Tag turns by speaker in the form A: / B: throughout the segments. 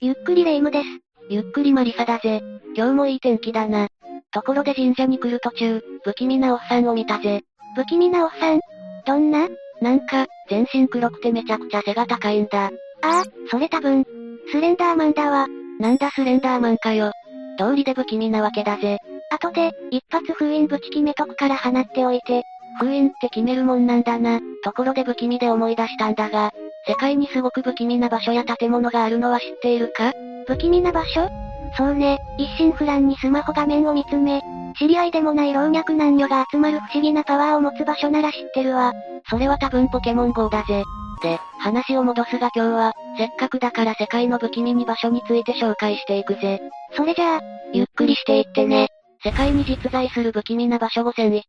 A: ゆっくりレ夢ムです。
B: ゆっくりマリサだぜ。今日もいい天気だな。ところで神社に来る途中、不気味なおっさんを見たぜ。
A: 不気味なおっさん。どんな
B: なんか、全身黒くてめちゃくちゃ背が高いんだ。
A: ああ、それ多分。スレンダーマンだわ。
B: なんだスレンダーマンかよ。道理で不気味なわけだぜ。
A: 後で、一発封印ぶち決めとくから放っておいて。
B: 封印って決めるもんなんだな。ところで不気味で思い出したんだが、世界にすごく不気味な場所や建物があるのは知っているか
A: 不気味な場所そうね、一心不乱にスマホ画面を見つめ、知り合いでもない老若男女が集まる不思議なパワーを持つ場所なら知ってるわ。
B: それは多分ポケモン GO だぜ。で、話を戻すが今日は、せっかくだから世界の不気味に場所について紹介していくぜ。
A: それじゃあ、
B: ゆっくりしていってね。世界に実在する不気味な場所5001。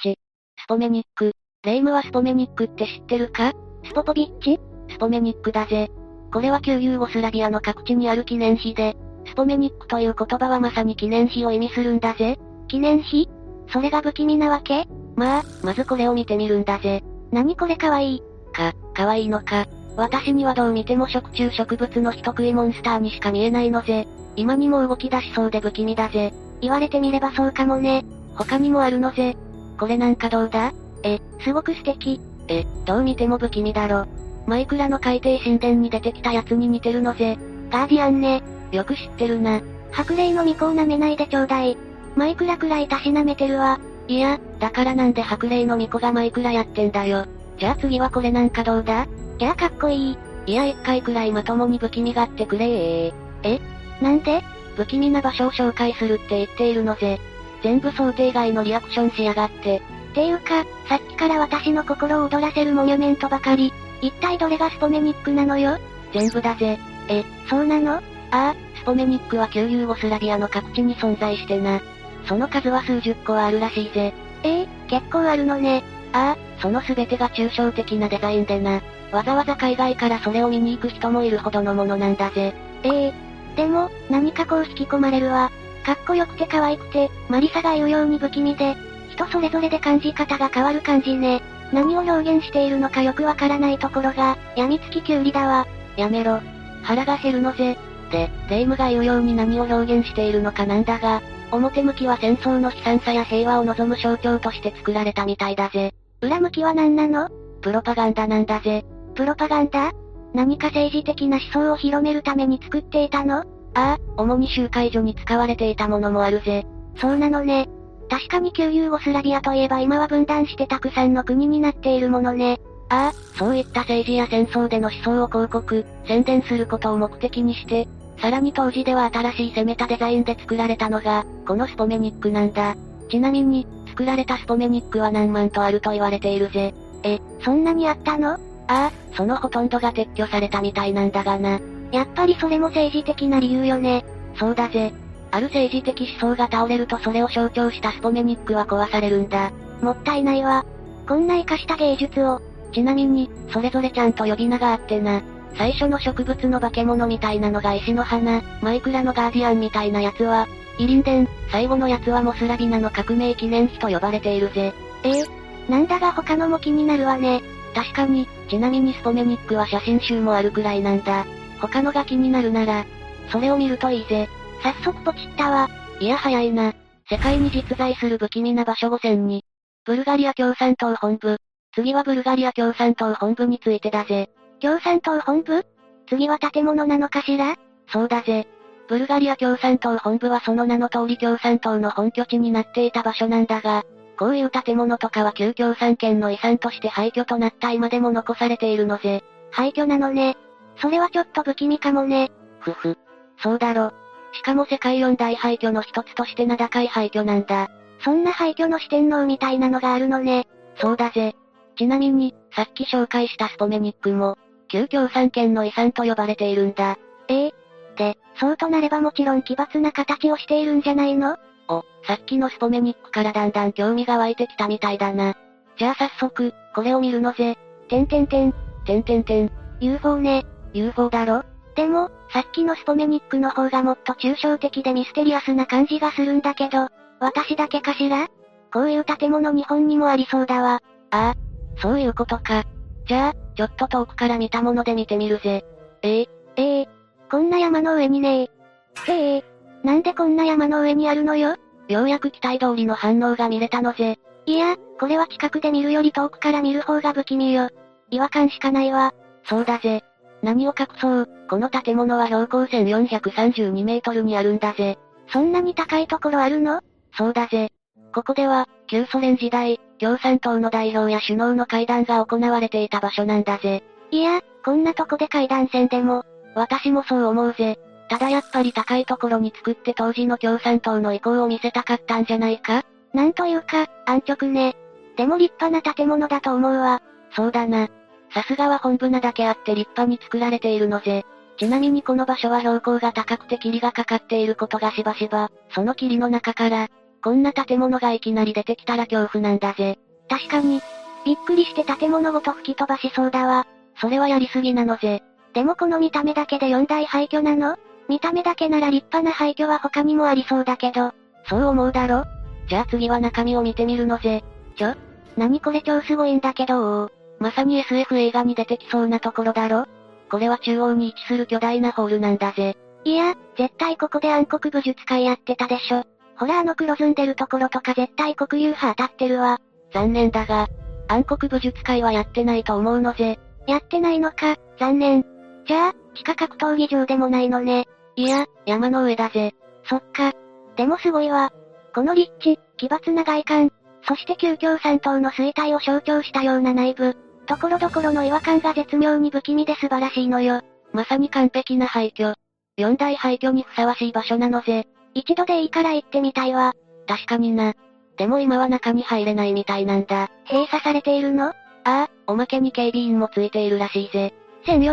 B: スポメニック。レイムはスポメニックって知ってるか
A: スポポビッチ
B: スポメニックだぜ。これは旧ユーゴスラビアの各地にある記念碑で、スポメニックという言葉はまさに記念碑を意味するんだぜ。
A: 記念碑それが不気味なわけ
B: まあ、まずこれを見てみるんだぜ。
A: 何これかわいい。
B: か、かわいいのか。私にはどう見ても食虫植物の人食いモンスターにしか見えないのぜ。今にも動き出しそうで不気味だぜ。
A: 言われてみればそうかもね。
B: 他にもあるのぜ。これなんかどうだ
A: え、すごく素敵。
B: え、どう見ても不気味だろ。マイクラの海底神殿に出てきたやつに似てるのぜ。
A: ガーディアンね。
B: よく知ってるな。
A: 白霊の巫女を舐めないでちょうだい。マイクラくらいたしなめてるわ。
B: いや、だからなんで白霊の巫女がマイクラやってんだよ。じゃあ次はこれなんかどうだ
A: いや、かっこいい。
B: いや、一回くらいまともに不気味がってくれー。
A: えなんで
B: 不気味な場所を紹介するって言っているのぜ。全部想定外のリアクションしやがって。
A: ていうか、さっきから私の心を躍らせるモニュメントばかり。一体どれがスポメニックなのよ
B: 全部だぜ。
A: え、そうなの
B: ああ、スポメニックは旧ユーゴスラビアの各地に存在してな。その数は数十個はあるらしいぜ。
A: ええ結構あるのね。
B: ああ、その全てが抽象的なデザインでな。わざわざ海外からそれを見に行く人もいるほどのものなんだぜ。
A: ええでも、何かこう引き込まれるわ。かっこよくて可愛くて、マリサが言うように不気味で、人それぞれで感じ方が変わる感じね。何を表現しているのかよくわからないところが、病みつききゅうりだわ。
B: やめろ。腹が減るのぜ。で、霊夢が言うように何を表現しているのかなんだが、表向きは戦争の悲惨さや平和を望む象徴として作られたみたいだぜ。
A: 裏向きは何なの
B: プロパガンダなんだぜ。
A: プロパガンダ何か政治的な思想を広めるために作っていたの
B: ああ、主に集会所に使われていたものもあるぜ。
A: そうなのね。確かに旧ユーゴスラビアといえば今は分断してたくさんの国になっているものね。
B: ああ、そういった政治や戦争での思想を広告、宣伝することを目的にして、さらに当時では新しい攻めたデザインで作られたのが、このスポメニックなんだ。ちなみに、作られたスポメニックは何万とあると言われているぜ。
A: え、そんなにあったのあ
B: あ、そのほとんどが撤去されたみたいなんだがな。
A: やっぱりそれも政治的な理由よね。
B: そうだぜ。ある政治的思想が倒れるとそれを象徴したスポメニックは壊されるんだ。
A: もったいないわ。こんな活かした芸術を。
B: ちなみに、それぞれちゃんと呼び名があってな。最初の植物の化け物みたいなのが石の花、マイクラのガーディアンみたいなやつは、イリンデン、最後のやつはモスラビナの革命記念碑と呼ばれているぜ。
A: ええなんだが他のも気になるわね。
B: 確かに、ちなみにスポメニックは写真集もあるくらいなんだ。他のが気になるなら、それを見るといいぜ。
A: 早速ポチったわ。
B: いや早いな。世界に実在する不気味な場所5000に。ブルガリア共産党本部。次はブルガリア共産党本部についてだぜ。
A: 共産党本部次は建物なのかしら
B: そうだぜ。ブルガリア共産党本部はその名の通り共産党の本拠地になっていた場所なんだが、こういう建物とかは旧共産圏の遺産として廃墟となった今でも残されているのぜ。
A: 廃墟なのね。それはちょっと不気味かもね。
B: ふふ。そうだろ。しかも世界四大廃墟の一つとして名高い廃墟なんだ。
A: そんな廃墟の四天王みたいなのがあるのね。
B: そうだぜ。ちなみに、さっき紹介したスポメニックも、旧共産圏の遺産と呼ばれているんだ。
A: ええー、で、そうとなればもちろん奇抜な形をしているんじゃないの
B: お、さっきのスポメニックからだんだん興味が湧いてきたみたいだな。じゃあ早速、これを見るのぜ。
A: てんてんてん。
B: てんてんてん。
A: UFO ね。
B: UFO だろ
A: でも、さっきのスポメニックの方がもっと抽象的でミステリアスな感じがするんだけど、私だけかしらこういう建物日本にもありそうだわ。
B: ああ、そういうことか。じゃあ、ちょっと遠くから見たもので見てみるぜ。え
A: えええこんな山の上にねえ。へえ。なんでこんな山の上にあるのよ
B: ようやく期待通りの反応が見れたのぜ。
A: いや、これは近くで見るより遠くから見る方が不気味よ。違和感しかないわ。
B: そうだぜ。何を隠そう、この建物は標高1432メートルにあるんだぜ。
A: そんなに高いところあるの
B: そうだぜ。ここでは、旧ソ連時代、共産党の代表や首脳の会談が行われていた場所なんだぜ。
A: いや、こんなとこで階段戦でも、
B: 私もそう思うぜ。ただやっぱり高いところに作って当時の共産党の意向を見せたかったんじゃないか
A: なんというか、安直ね。でも立派な建物だと思うわ。
B: そうだな。さすがは本部なだけあって立派に作られているのぜ。ちなみにこの場所は標高が高くて霧がかかっていることがしばしば、その霧の中から、こんな建物がいきなり出てきたら恐怖なんだぜ。
A: 確かに。びっくりして建物ごと吹き飛ばしそうだわ。
B: それはやりすぎなのぜ。
A: でもこの見た目だけで4大廃墟なの見た目だけなら立派な廃墟は他にもありそうだけど。
B: そう思うだろじゃあ次は中身を見てみるのぜ。
A: ちょ何これ超すごいんだけどおー。
B: まさに SF 映画に出てきそうなところだろこれは中央に位置する巨大なホールなんだぜ。
A: いや、絶対ここで暗黒武術会やってたでしょ。ほらあの黒ずんでるところとか絶対黒流派当たってるわ。
B: 残念だが、暗黒武術会はやってないと思うのぜ。
A: やってないのか、残念。じゃあ、地下格闘技場でもないのね。
B: いや、山の上だぜ。
A: そっか。でもすごいわ。この立地、奇抜な外観、そして旧共産党の衰退を象徴したような内部、ところどころの違和感が絶妙に不気味で素晴らしいのよ。
B: まさに完璧な廃墟。四大廃墟にふさわしい場所なのぜ。
A: 一度でいいから行ってみたいわ。
B: 確かにな。でも今は中に入れないみたいなんだ。
A: 閉鎖されているの
B: ああ、おまけに警備員もついているらしいぜ。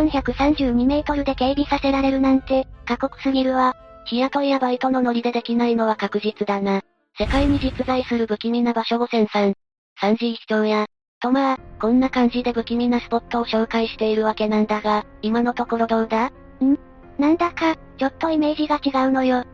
A: 1432メートルで警備させられるなんて、過酷すぎるわ。
B: 日雇いやバイトのノリでできないのは確実だな。世界に実在する不気味な場所5003。3時視聴や。とまあ、こんな感じで不気味なスポットを紹介しているわけなんだが、今のところどうだん
A: なんだか、ちょっとイメージが違うのよ。ん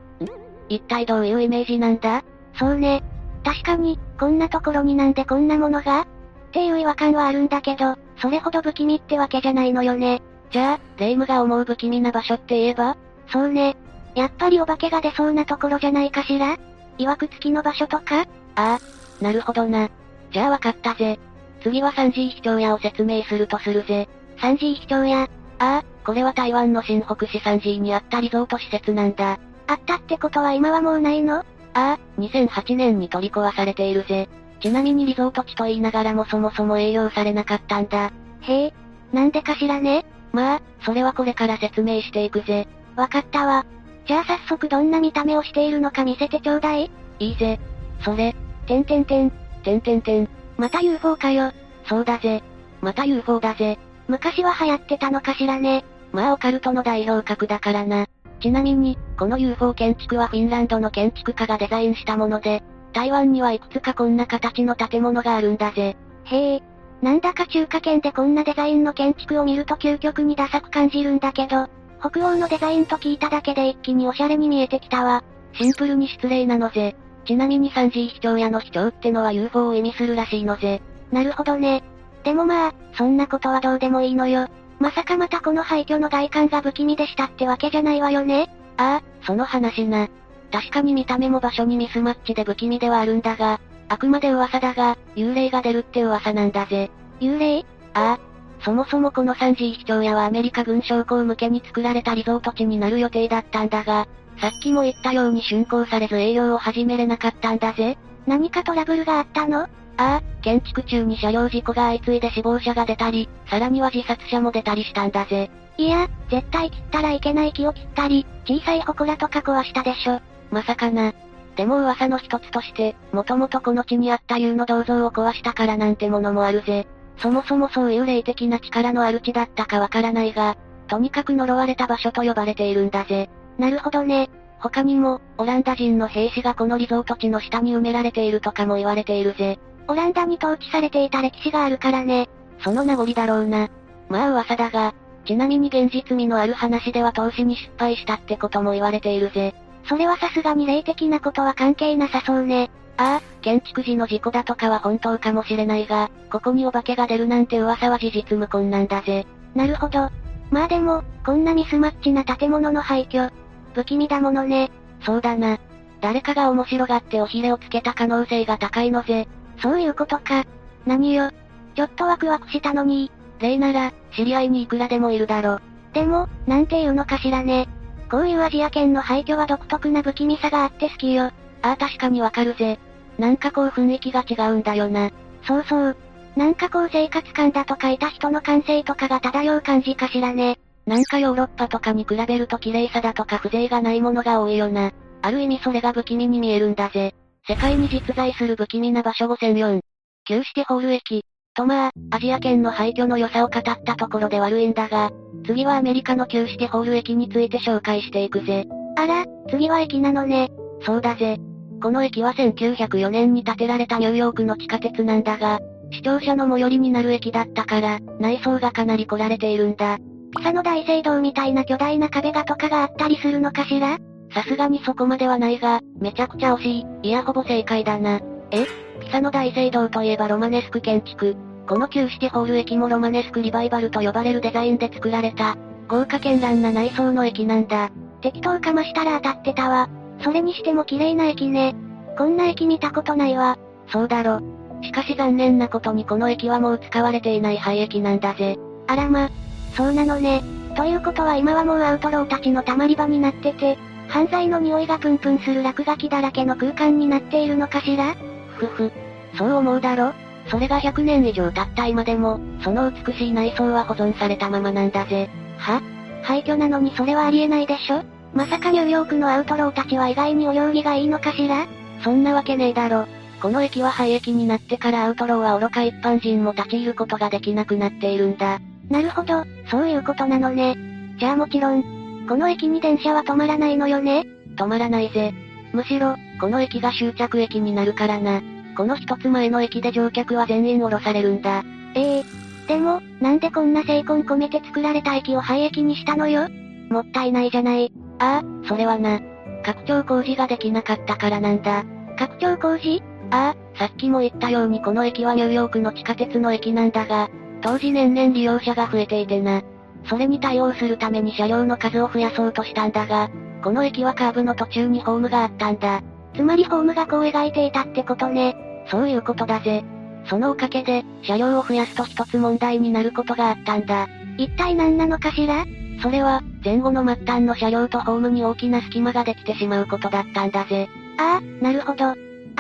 B: 一体どういうイメージなんだ
A: そうね。確かに、こんなところになんでこんなものがっていう違和感はあるんだけど、それほど不気味ってわけじゃないのよね。
B: じゃあ、霊夢が思う不気味な場所って言えば
A: そうね。やっぱりお化けが出そうなところじゃないかしら曰く付きの場所とか
B: ああ、なるほどな。じゃあわかったぜ。次は 3G 秘境屋を説明するとするぜ。
A: 3G 秘境屋。
B: ああ、これは台湾の新北市 3G にあったリゾート施設なんだ。
A: あったってことは今はもうないの
B: ああ、2008年に取り壊されているぜ。ちなみにリゾート地と言いながらもそもそも営業されなかったんだ。
A: へえ、なんでかしらね
B: まあ、それはこれから説明していくぜ。
A: わかったわ。じゃあ早速どんな見た目をしているのか見せてちょうだい。
B: いいぜ。それ、
A: てんてんてん、
B: てんてんてん。
A: また UFO かよ。
B: そうだぜ。また UFO だぜ。
A: 昔は流行ってたのかしらね。
B: まあオカルトの代表格だからな。ちなみに、この UFO 建築はフィンランドの建築家がデザインしたもので、台湾にはいくつかこんな形の建物があるんだぜ。
A: へえ。なんだか中華圏でこんなデザインの建築を見ると究極にダサく感じるんだけど、北欧のデザインと聞いただけで一気におしゃれに見えてきたわ。
B: シンプルに失礼なのぜ。ちなみに 3G 秘境屋の秘境ってのは UFO を意味するらしいのぜ。
A: なるほどね。でもまあ、そんなことはどうでもいいのよ。まさかまたこの廃墟の外観が不気味でしたってわけじゃないわよね。
B: ああ、その話な。確かに見た目も場所にミスマッチで不気味ではあるんだが、あくまで噂だが、幽霊が出るって噂なんだぜ。
A: 幽霊
B: ああ。そもそもこの 3G 秘境屋はアメリカ軍将校向けに作られたリゾート地になる予定だったんだが、さっきも言ったように竣工されず営業を始めれなかったんだぜ。
A: 何かトラブルがあったの
B: ああ、建築中に車両事故が相次いで死亡者が出たり、さらには自殺者も出たりしたんだぜ。
A: いや、絶対切ったらいけない木を切ったり、小さい祠とか壊したでしょ。
B: まさかな。でも噂の一つとして、もともとこの地にあった竜の銅像を壊したからなんてものもあるぜ。そもそもそういう霊的な力のある地だったかわからないが、とにかく呪われた場所と呼ばれているんだぜ。
A: なるほどね。
B: 他にも、オランダ人の兵士がこのリゾート地の下に埋められているとかも言われているぜ。
A: オランダに統治されていた歴史があるからね。
B: その名残だろうな。まあ噂だが、ちなみに現実味のある話では投資に失敗したってことも言われているぜ。
A: それはさすがに霊的なことは関係なさそうね。
B: ああ、建築時の事故だとかは本当かもしれないが、ここにお化けが出るなんて噂は事実無根なんだぜ。
A: なるほど。まあでも、こんなミスマッチな建物の廃墟。不気味だものね。
B: そうだな。誰かが面白がっておひれをつけた可能性が高いのぜ。
A: そういうことか。何よ。ちょっとワクワクしたのに。
B: 例なら、知り合いにいくらでもいるだろ。
A: でも、なんていうのかしらね。こういうアジア圏の廃墟は独特な不気味さがあって好きよ。
B: ああ確かにわかるぜ。なんかこう雰囲気が違うんだよな。
A: そうそう。なんかこう生活感だとかいた人の感性とかが漂う感じかしらね。
B: なんかヨーロッパとかに比べると綺麗さだとか風情がないものが多いよな。ある意味それが不気味に見えるんだぜ。世界に実在する不気味な場所5004。旧シティホール駅。とまあ、アジア圏の廃墟の良さを語ったところで悪いんだが、次はアメリカの旧シティホール駅について紹介していくぜ。
A: あら、次は駅なのね。
B: そうだぜ。この駅は1904年に建てられたニューヨークの地下鉄なんだが、視聴者の最寄りになる駅だったから、内装がかなり凝られているんだ。
A: 草の大聖堂みたいな巨大な壁画とかがあったりするのかしら
B: さすがにそこまではないが、めちゃくちゃ惜しい。いやほぼ正解だな。え草の大聖堂といえばロマネスク建築。この旧シティホール駅もロマネスクリバイバルと呼ばれるデザインで作られた、豪華絢爛な内装の駅なんだ。
A: 適当かましたら当たってたわ。それにしても綺麗な駅ね。こんな駅見たことないわ。
B: そうだろ。しかし残念なことにこの駅はもう使われていない廃駅なんだぜ。
A: あらま。そうなのね。ということは今はもうアウトローたちの溜まり場になってて、犯罪の匂いがプンプンする落書きだらけの空間になっているのかしら
B: ふふ。そう思うだろそれが100年以上経った今でも、その美しい内装は保存されたままなんだぜ。
A: は廃墟なのにそれはありえないでしょまさかニューヨークのアウトローたちは意外にお行儀がいいのかしら
B: そんなわけねえだろ。この駅は廃駅になってからアウトローは愚か一般人も立ち入ることができなくなっているんだ。
A: なるほど、そういうことなのね。じゃあもちろん、この駅に電車は止まらないのよね
B: 止まらないぜ。むしろ、この駅が終着駅になるからな。この一つ前の駅で乗客は全員降ろされるんだ。
A: ええでも、なんでこんな精魂込めて作られた駅を廃駅にしたのよもったいないじゃない。
B: ああ、それはな。拡張工事ができなかったからなんだ。
A: 拡張工事
B: ああ、さっきも言ったようにこの駅はニューヨークの地下鉄の駅なんだが、当時年々利用者が増えていてな。それに対応するために車両の数を増やそうとしたんだが、この駅はカーブの途中にホームがあったんだ。
A: つまりホームがこう描いていたってことね。
B: そういうことだぜ。そのおかげで、車両を増やすと一つ問題になることがあったんだ。
A: 一体何なのかしら
B: それは、前後の末端の車両とホームに大きな隙間ができてしまうことだったんだぜ。
A: ああ、なるほど。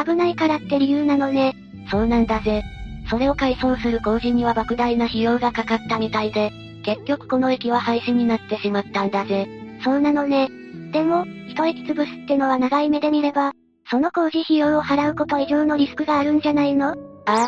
A: 危ないからって理由なのね。
B: そうなんだぜ。それを改装する工事には莫大な費用がかかったみたいで、結局この駅は廃止になってしまったんだぜ。
A: そうなのね。でも、一駅潰すってのは長い目で見れば、その工事費用を払うこと以上のリスクがあるんじゃないの
B: ああ。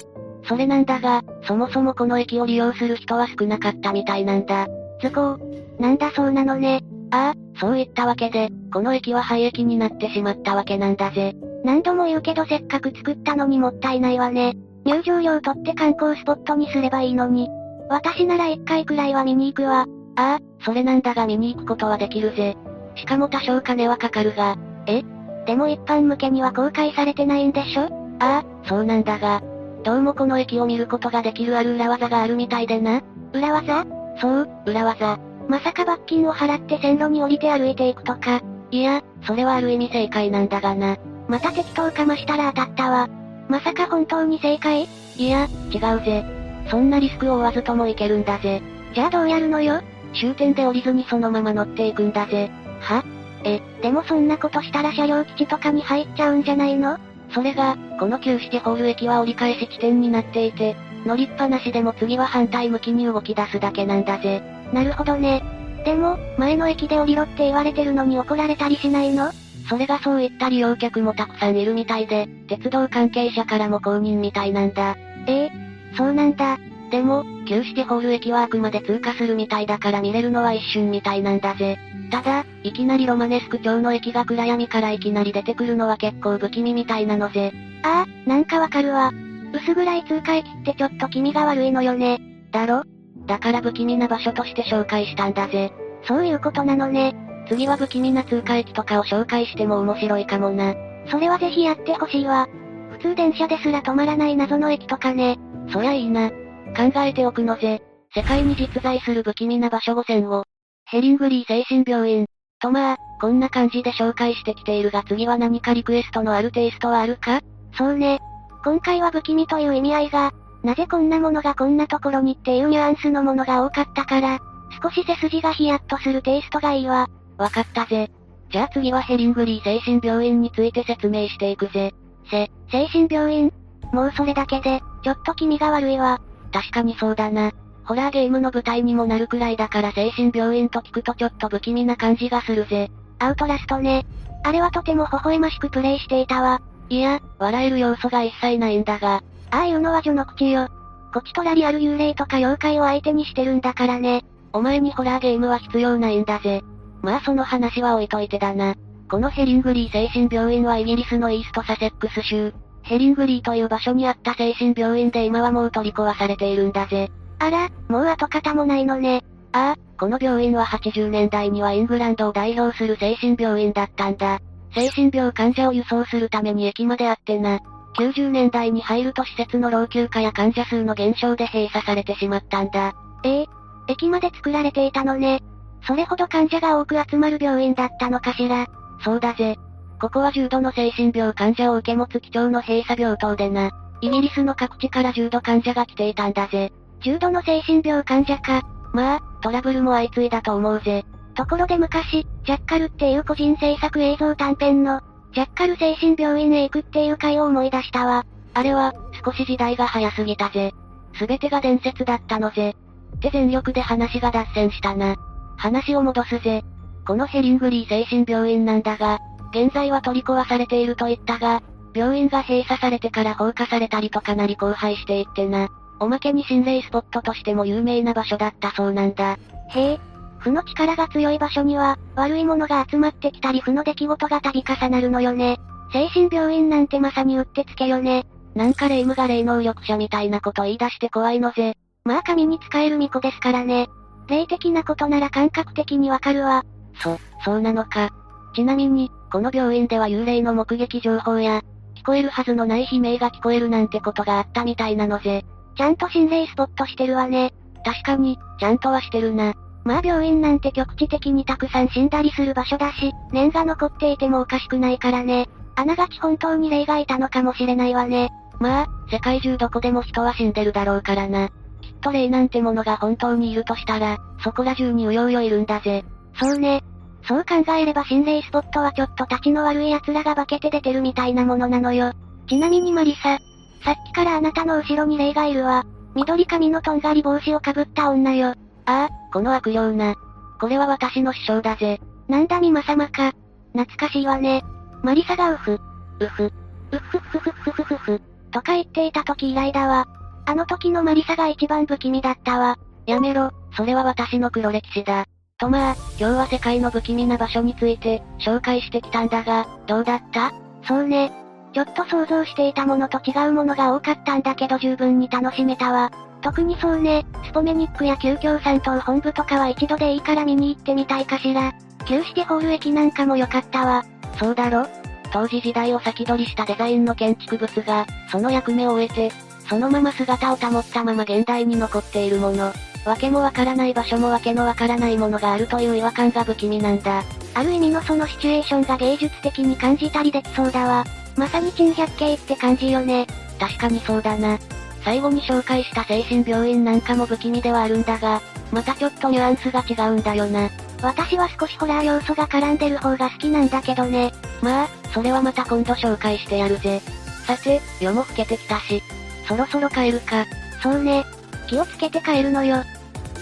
B: それなんだが、そもそもこの駅を利用する人は少なかったみたいなんだ。
A: 図工。なんだそうなのね。
B: ああ、そういったわけで、この駅は廃駅になってしまったわけなんだぜ。
A: 何度も言うけどせっかく作ったのにもったいないわね。入場料取って観光スポットにすればいいのに。私なら一回くらいは見に行くわ。
B: ああ、それなんだが見に行くことはできるぜ。しかも多少金はかかるが。
A: えでも一般向けには公開されてないんでしょ
B: ああ、そうなんだが。どうもこの駅を見ることができるある裏技があるみたいでな。
A: 裏技
B: そう、裏技。
A: まさか罰金を払って線路に降りて歩いていくとか。
B: いや、それはある意味正解なんだがな。
A: また適当かましたら当たったわ。まさか本当に正解
B: いや、違うぜ。そんなリスクを負わずともいけるんだぜ。
A: じゃあどうやるのよ
B: 終点で降りずにそのまま乗っていくんだぜ。
A: はえ、でもそんなことしたら車両基地とかに入っちゃうんじゃないの
B: それが、この旧シティホール駅は折り返し地点になっていて、乗りっぱなしでも次は反対向きに動き出すだけなんだぜ。
A: なるほどね。でも、前の駅で降りろって言われてるのに怒られたりしないの
B: それがそういった利用客もたくさんいるみたいで、鉄道関係者からも公認みたいなんだ。
A: ええそうなんだ。
B: でも、旧シティホール駅はあくまで通過するみたいだから見れるのは一瞬みたいなんだぜ。ただ、いきなりロマネスク町の駅が暗闇からいきなり出てくるのは結構不気味みたいなのぜ。
A: ああ、なんかわかるわ。薄暗い通過駅ってちょっと気味が悪いのよね。
B: だろだから不気味な場所として紹介したんだぜ。
A: そういうことなのね。
B: 次は不気味な通過駅とかを紹介しても面白いかもな。
A: それはぜひやってほしいわ。普通電車ですら止まらない謎の駅とかね。
B: そりゃいいな。考えておくのぜ。世界に実在する不気味な場所5選を、ヘリングリー精神病院。とまあ、こんな感じで紹介してきているが次は何かリクエストのあるテイストはあるか
A: そうね。今回は不気味という意味合いが、なぜこんなものがこんなところにっていうニュアンスのものが多かったから、少し背筋がヒヤッとするテイストがいいわ。
B: わかったぜ。じゃあ次はヘリングリー精神病院について説明していくぜ。
A: せ、精神病院もうそれだけで、ちょっと気味が悪いわ。
B: 確かにそうだな。ホラーゲームの舞台にもなるくらいだから精神病院と聞くとちょっと不気味な感じがするぜ。
A: アウトラストね。あれはとても微笑ましくプレイしていたわ。
B: いや、笑える要素が一切ないんだが。
A: ああいうのは序の口よ。こちとらリアル幽霊とか妖怪を相手にしてるんだからね。
B: お前にホラーゲームは必要ないんだぜ。まあその話は置いといてだな。このヘリングリー精神病院はイギリスのイーストサセックス州。ヘリングリーという場所にあった精神病院で今はもう取り壊されているんだぜ。
A: あら、もう跡形もないのね。
B: ああ、この病院は80年代にはイングランドを代表する精神病院だったんだ。精神病患者を輸送するために駅まであってな。90年代に入ると施設の老朽化や患者数の減少で閉鎖されてしまったんだ。
A: ええ、駅まで作られていたのね。それほど患者が多く集まる病院だったのかしら。
B: そうだぜ。ここは重度の精神病患者を受け持つ貴重の閉鎖病棟でな。イギリスの各地から重度患者が来ていたんだぜ。
A: 重度の精神病患者か。
B: まあ、トラブルも相次いだと思うぜ。
A: ところで昔、ジャッカルっていう個人制作映像短編の、ジャッカル精神病院へ行くっていう回を思い出したわ。
B: あれは、少し時代が早すぎたぜ。すべてが伝説だったのぜ。って全力で話が脱線したな。話を戻すぜ。このヘリングリー精神病院なんだが、現在は取り壊されていると言ったが、病院が閉鎖されてから放火されたりとかなり荒廃していってな。おまけに心霊スポットとしても有名な場所だったそうなんだ。
A: へえ。負の力が強い場所には、悪いものが集まってきたり負の出来事が度重なるのよね。精神病院なんてまさにうってつけよね。
B: なんか霊夢が霊能力者みたいなこと言い出して怖いのぜ。
A: まあ神に使える巫女ですからね。霊的なことなら感覚的にわかるわ。
B: そ、そうなのか。ちなみに、この病院では幽霊の目撃情報や、聞こえるはずのない悲鳴が聞こえるなんてことがあったみたいなのぜ。
A: ちゃんと心霊スポットしてるわね。
B: 確かに、ちゃんとはしてるな。
A: まあ病院なんて局地的にたくさん死んだりする場所だし、念が残っていてもおかしくないからね。あながち本当に霊がいたのかもしれないわね。
B: まあ、世界中どこでも人は死んでるだろうからな。きっと霊なんてものが本当にいるとしたら、そこら中にうようよいるんだぜ。
A: そうね。そう考えれば心霊スポットはちょっと立ちの悪い奴らが化けて出てるみたいなものなのよ。ちなみにマリサ、さっきからあなたの後ろに霊がいるわ。緑髪のとんがり帽子をかぶった女よ。
B: ああ、この悪霊な。これは私の師匠だぜ。
A: なんだみまさまか。懐かしいわね。マリサがウフ。
B: ウフ。
A: ウフフフフフフフ。とか言っていた時以来だわ。あの時のマリサが一番不気味だったわ。
B: やめろ、それは私の黒歴史だ。とまあ、今日は世界の不気味な場所について、紹介してきたんだが、どうだった
A: そうね。ちょっと想像していたものと違うものが多かったんだけど十分に楽しめたわ。特にそうね、スポメニックや旧京山東本部とかは一度でいいから見に行ってみたいかしら。旧式ホール駅なんかも良かったわ。
B: そうだろ当時時代を先取りしたデザインの建築物が、その役目を終えて、そのまま姿を保ったまま現代に残っているもの。わけもわからない場所もわけのわからないものがあるという違和感が不気味なんだ。
A: ある意味のそのシチュエーションが芸術的に感じたりできそうだわ。まさに珍百景って感じよね。
B: 確かにそうだな。最後に紹介した精神病院なんかも不気味ではあるんだが、またちょっとニュアンスが違うんだよな。
A: 私は少しホラー要素が絡んでる方が好きなんだけどね。
B: まあ、それはまた今度紹介してやるぜ。さて、夜も更けてきたし、そろそろ帰るか。
A: そうね。気をつけて帰るのよ。っ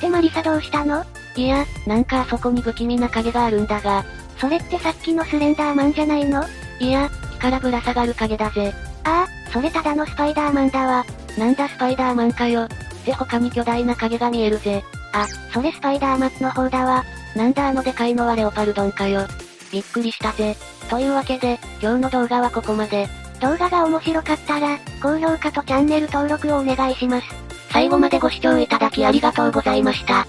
A: てマリサどうしたの
B: いや、なんかあそこに不気味な影があるんだが。
A: それってさっきのスレンダーマンじゃないの
B: いや、木からぶら下がる影だぜ。
A: ああ、それただのスパイダーマンだわ。
B: なんだスパイダーマンかよ。って他に巨大な影が見えるぜ。
A: あ、それスパイダーマンの方だわ。
B: なんだあのでかいのはレオパルドンかよ。びっくりしたぜ。というわけで、今日の動画はここまで。
A: 動画が面白かったら、高評価とチャンネル登録をお願いします。
B: 最後までご視聴いただきありがとうございました。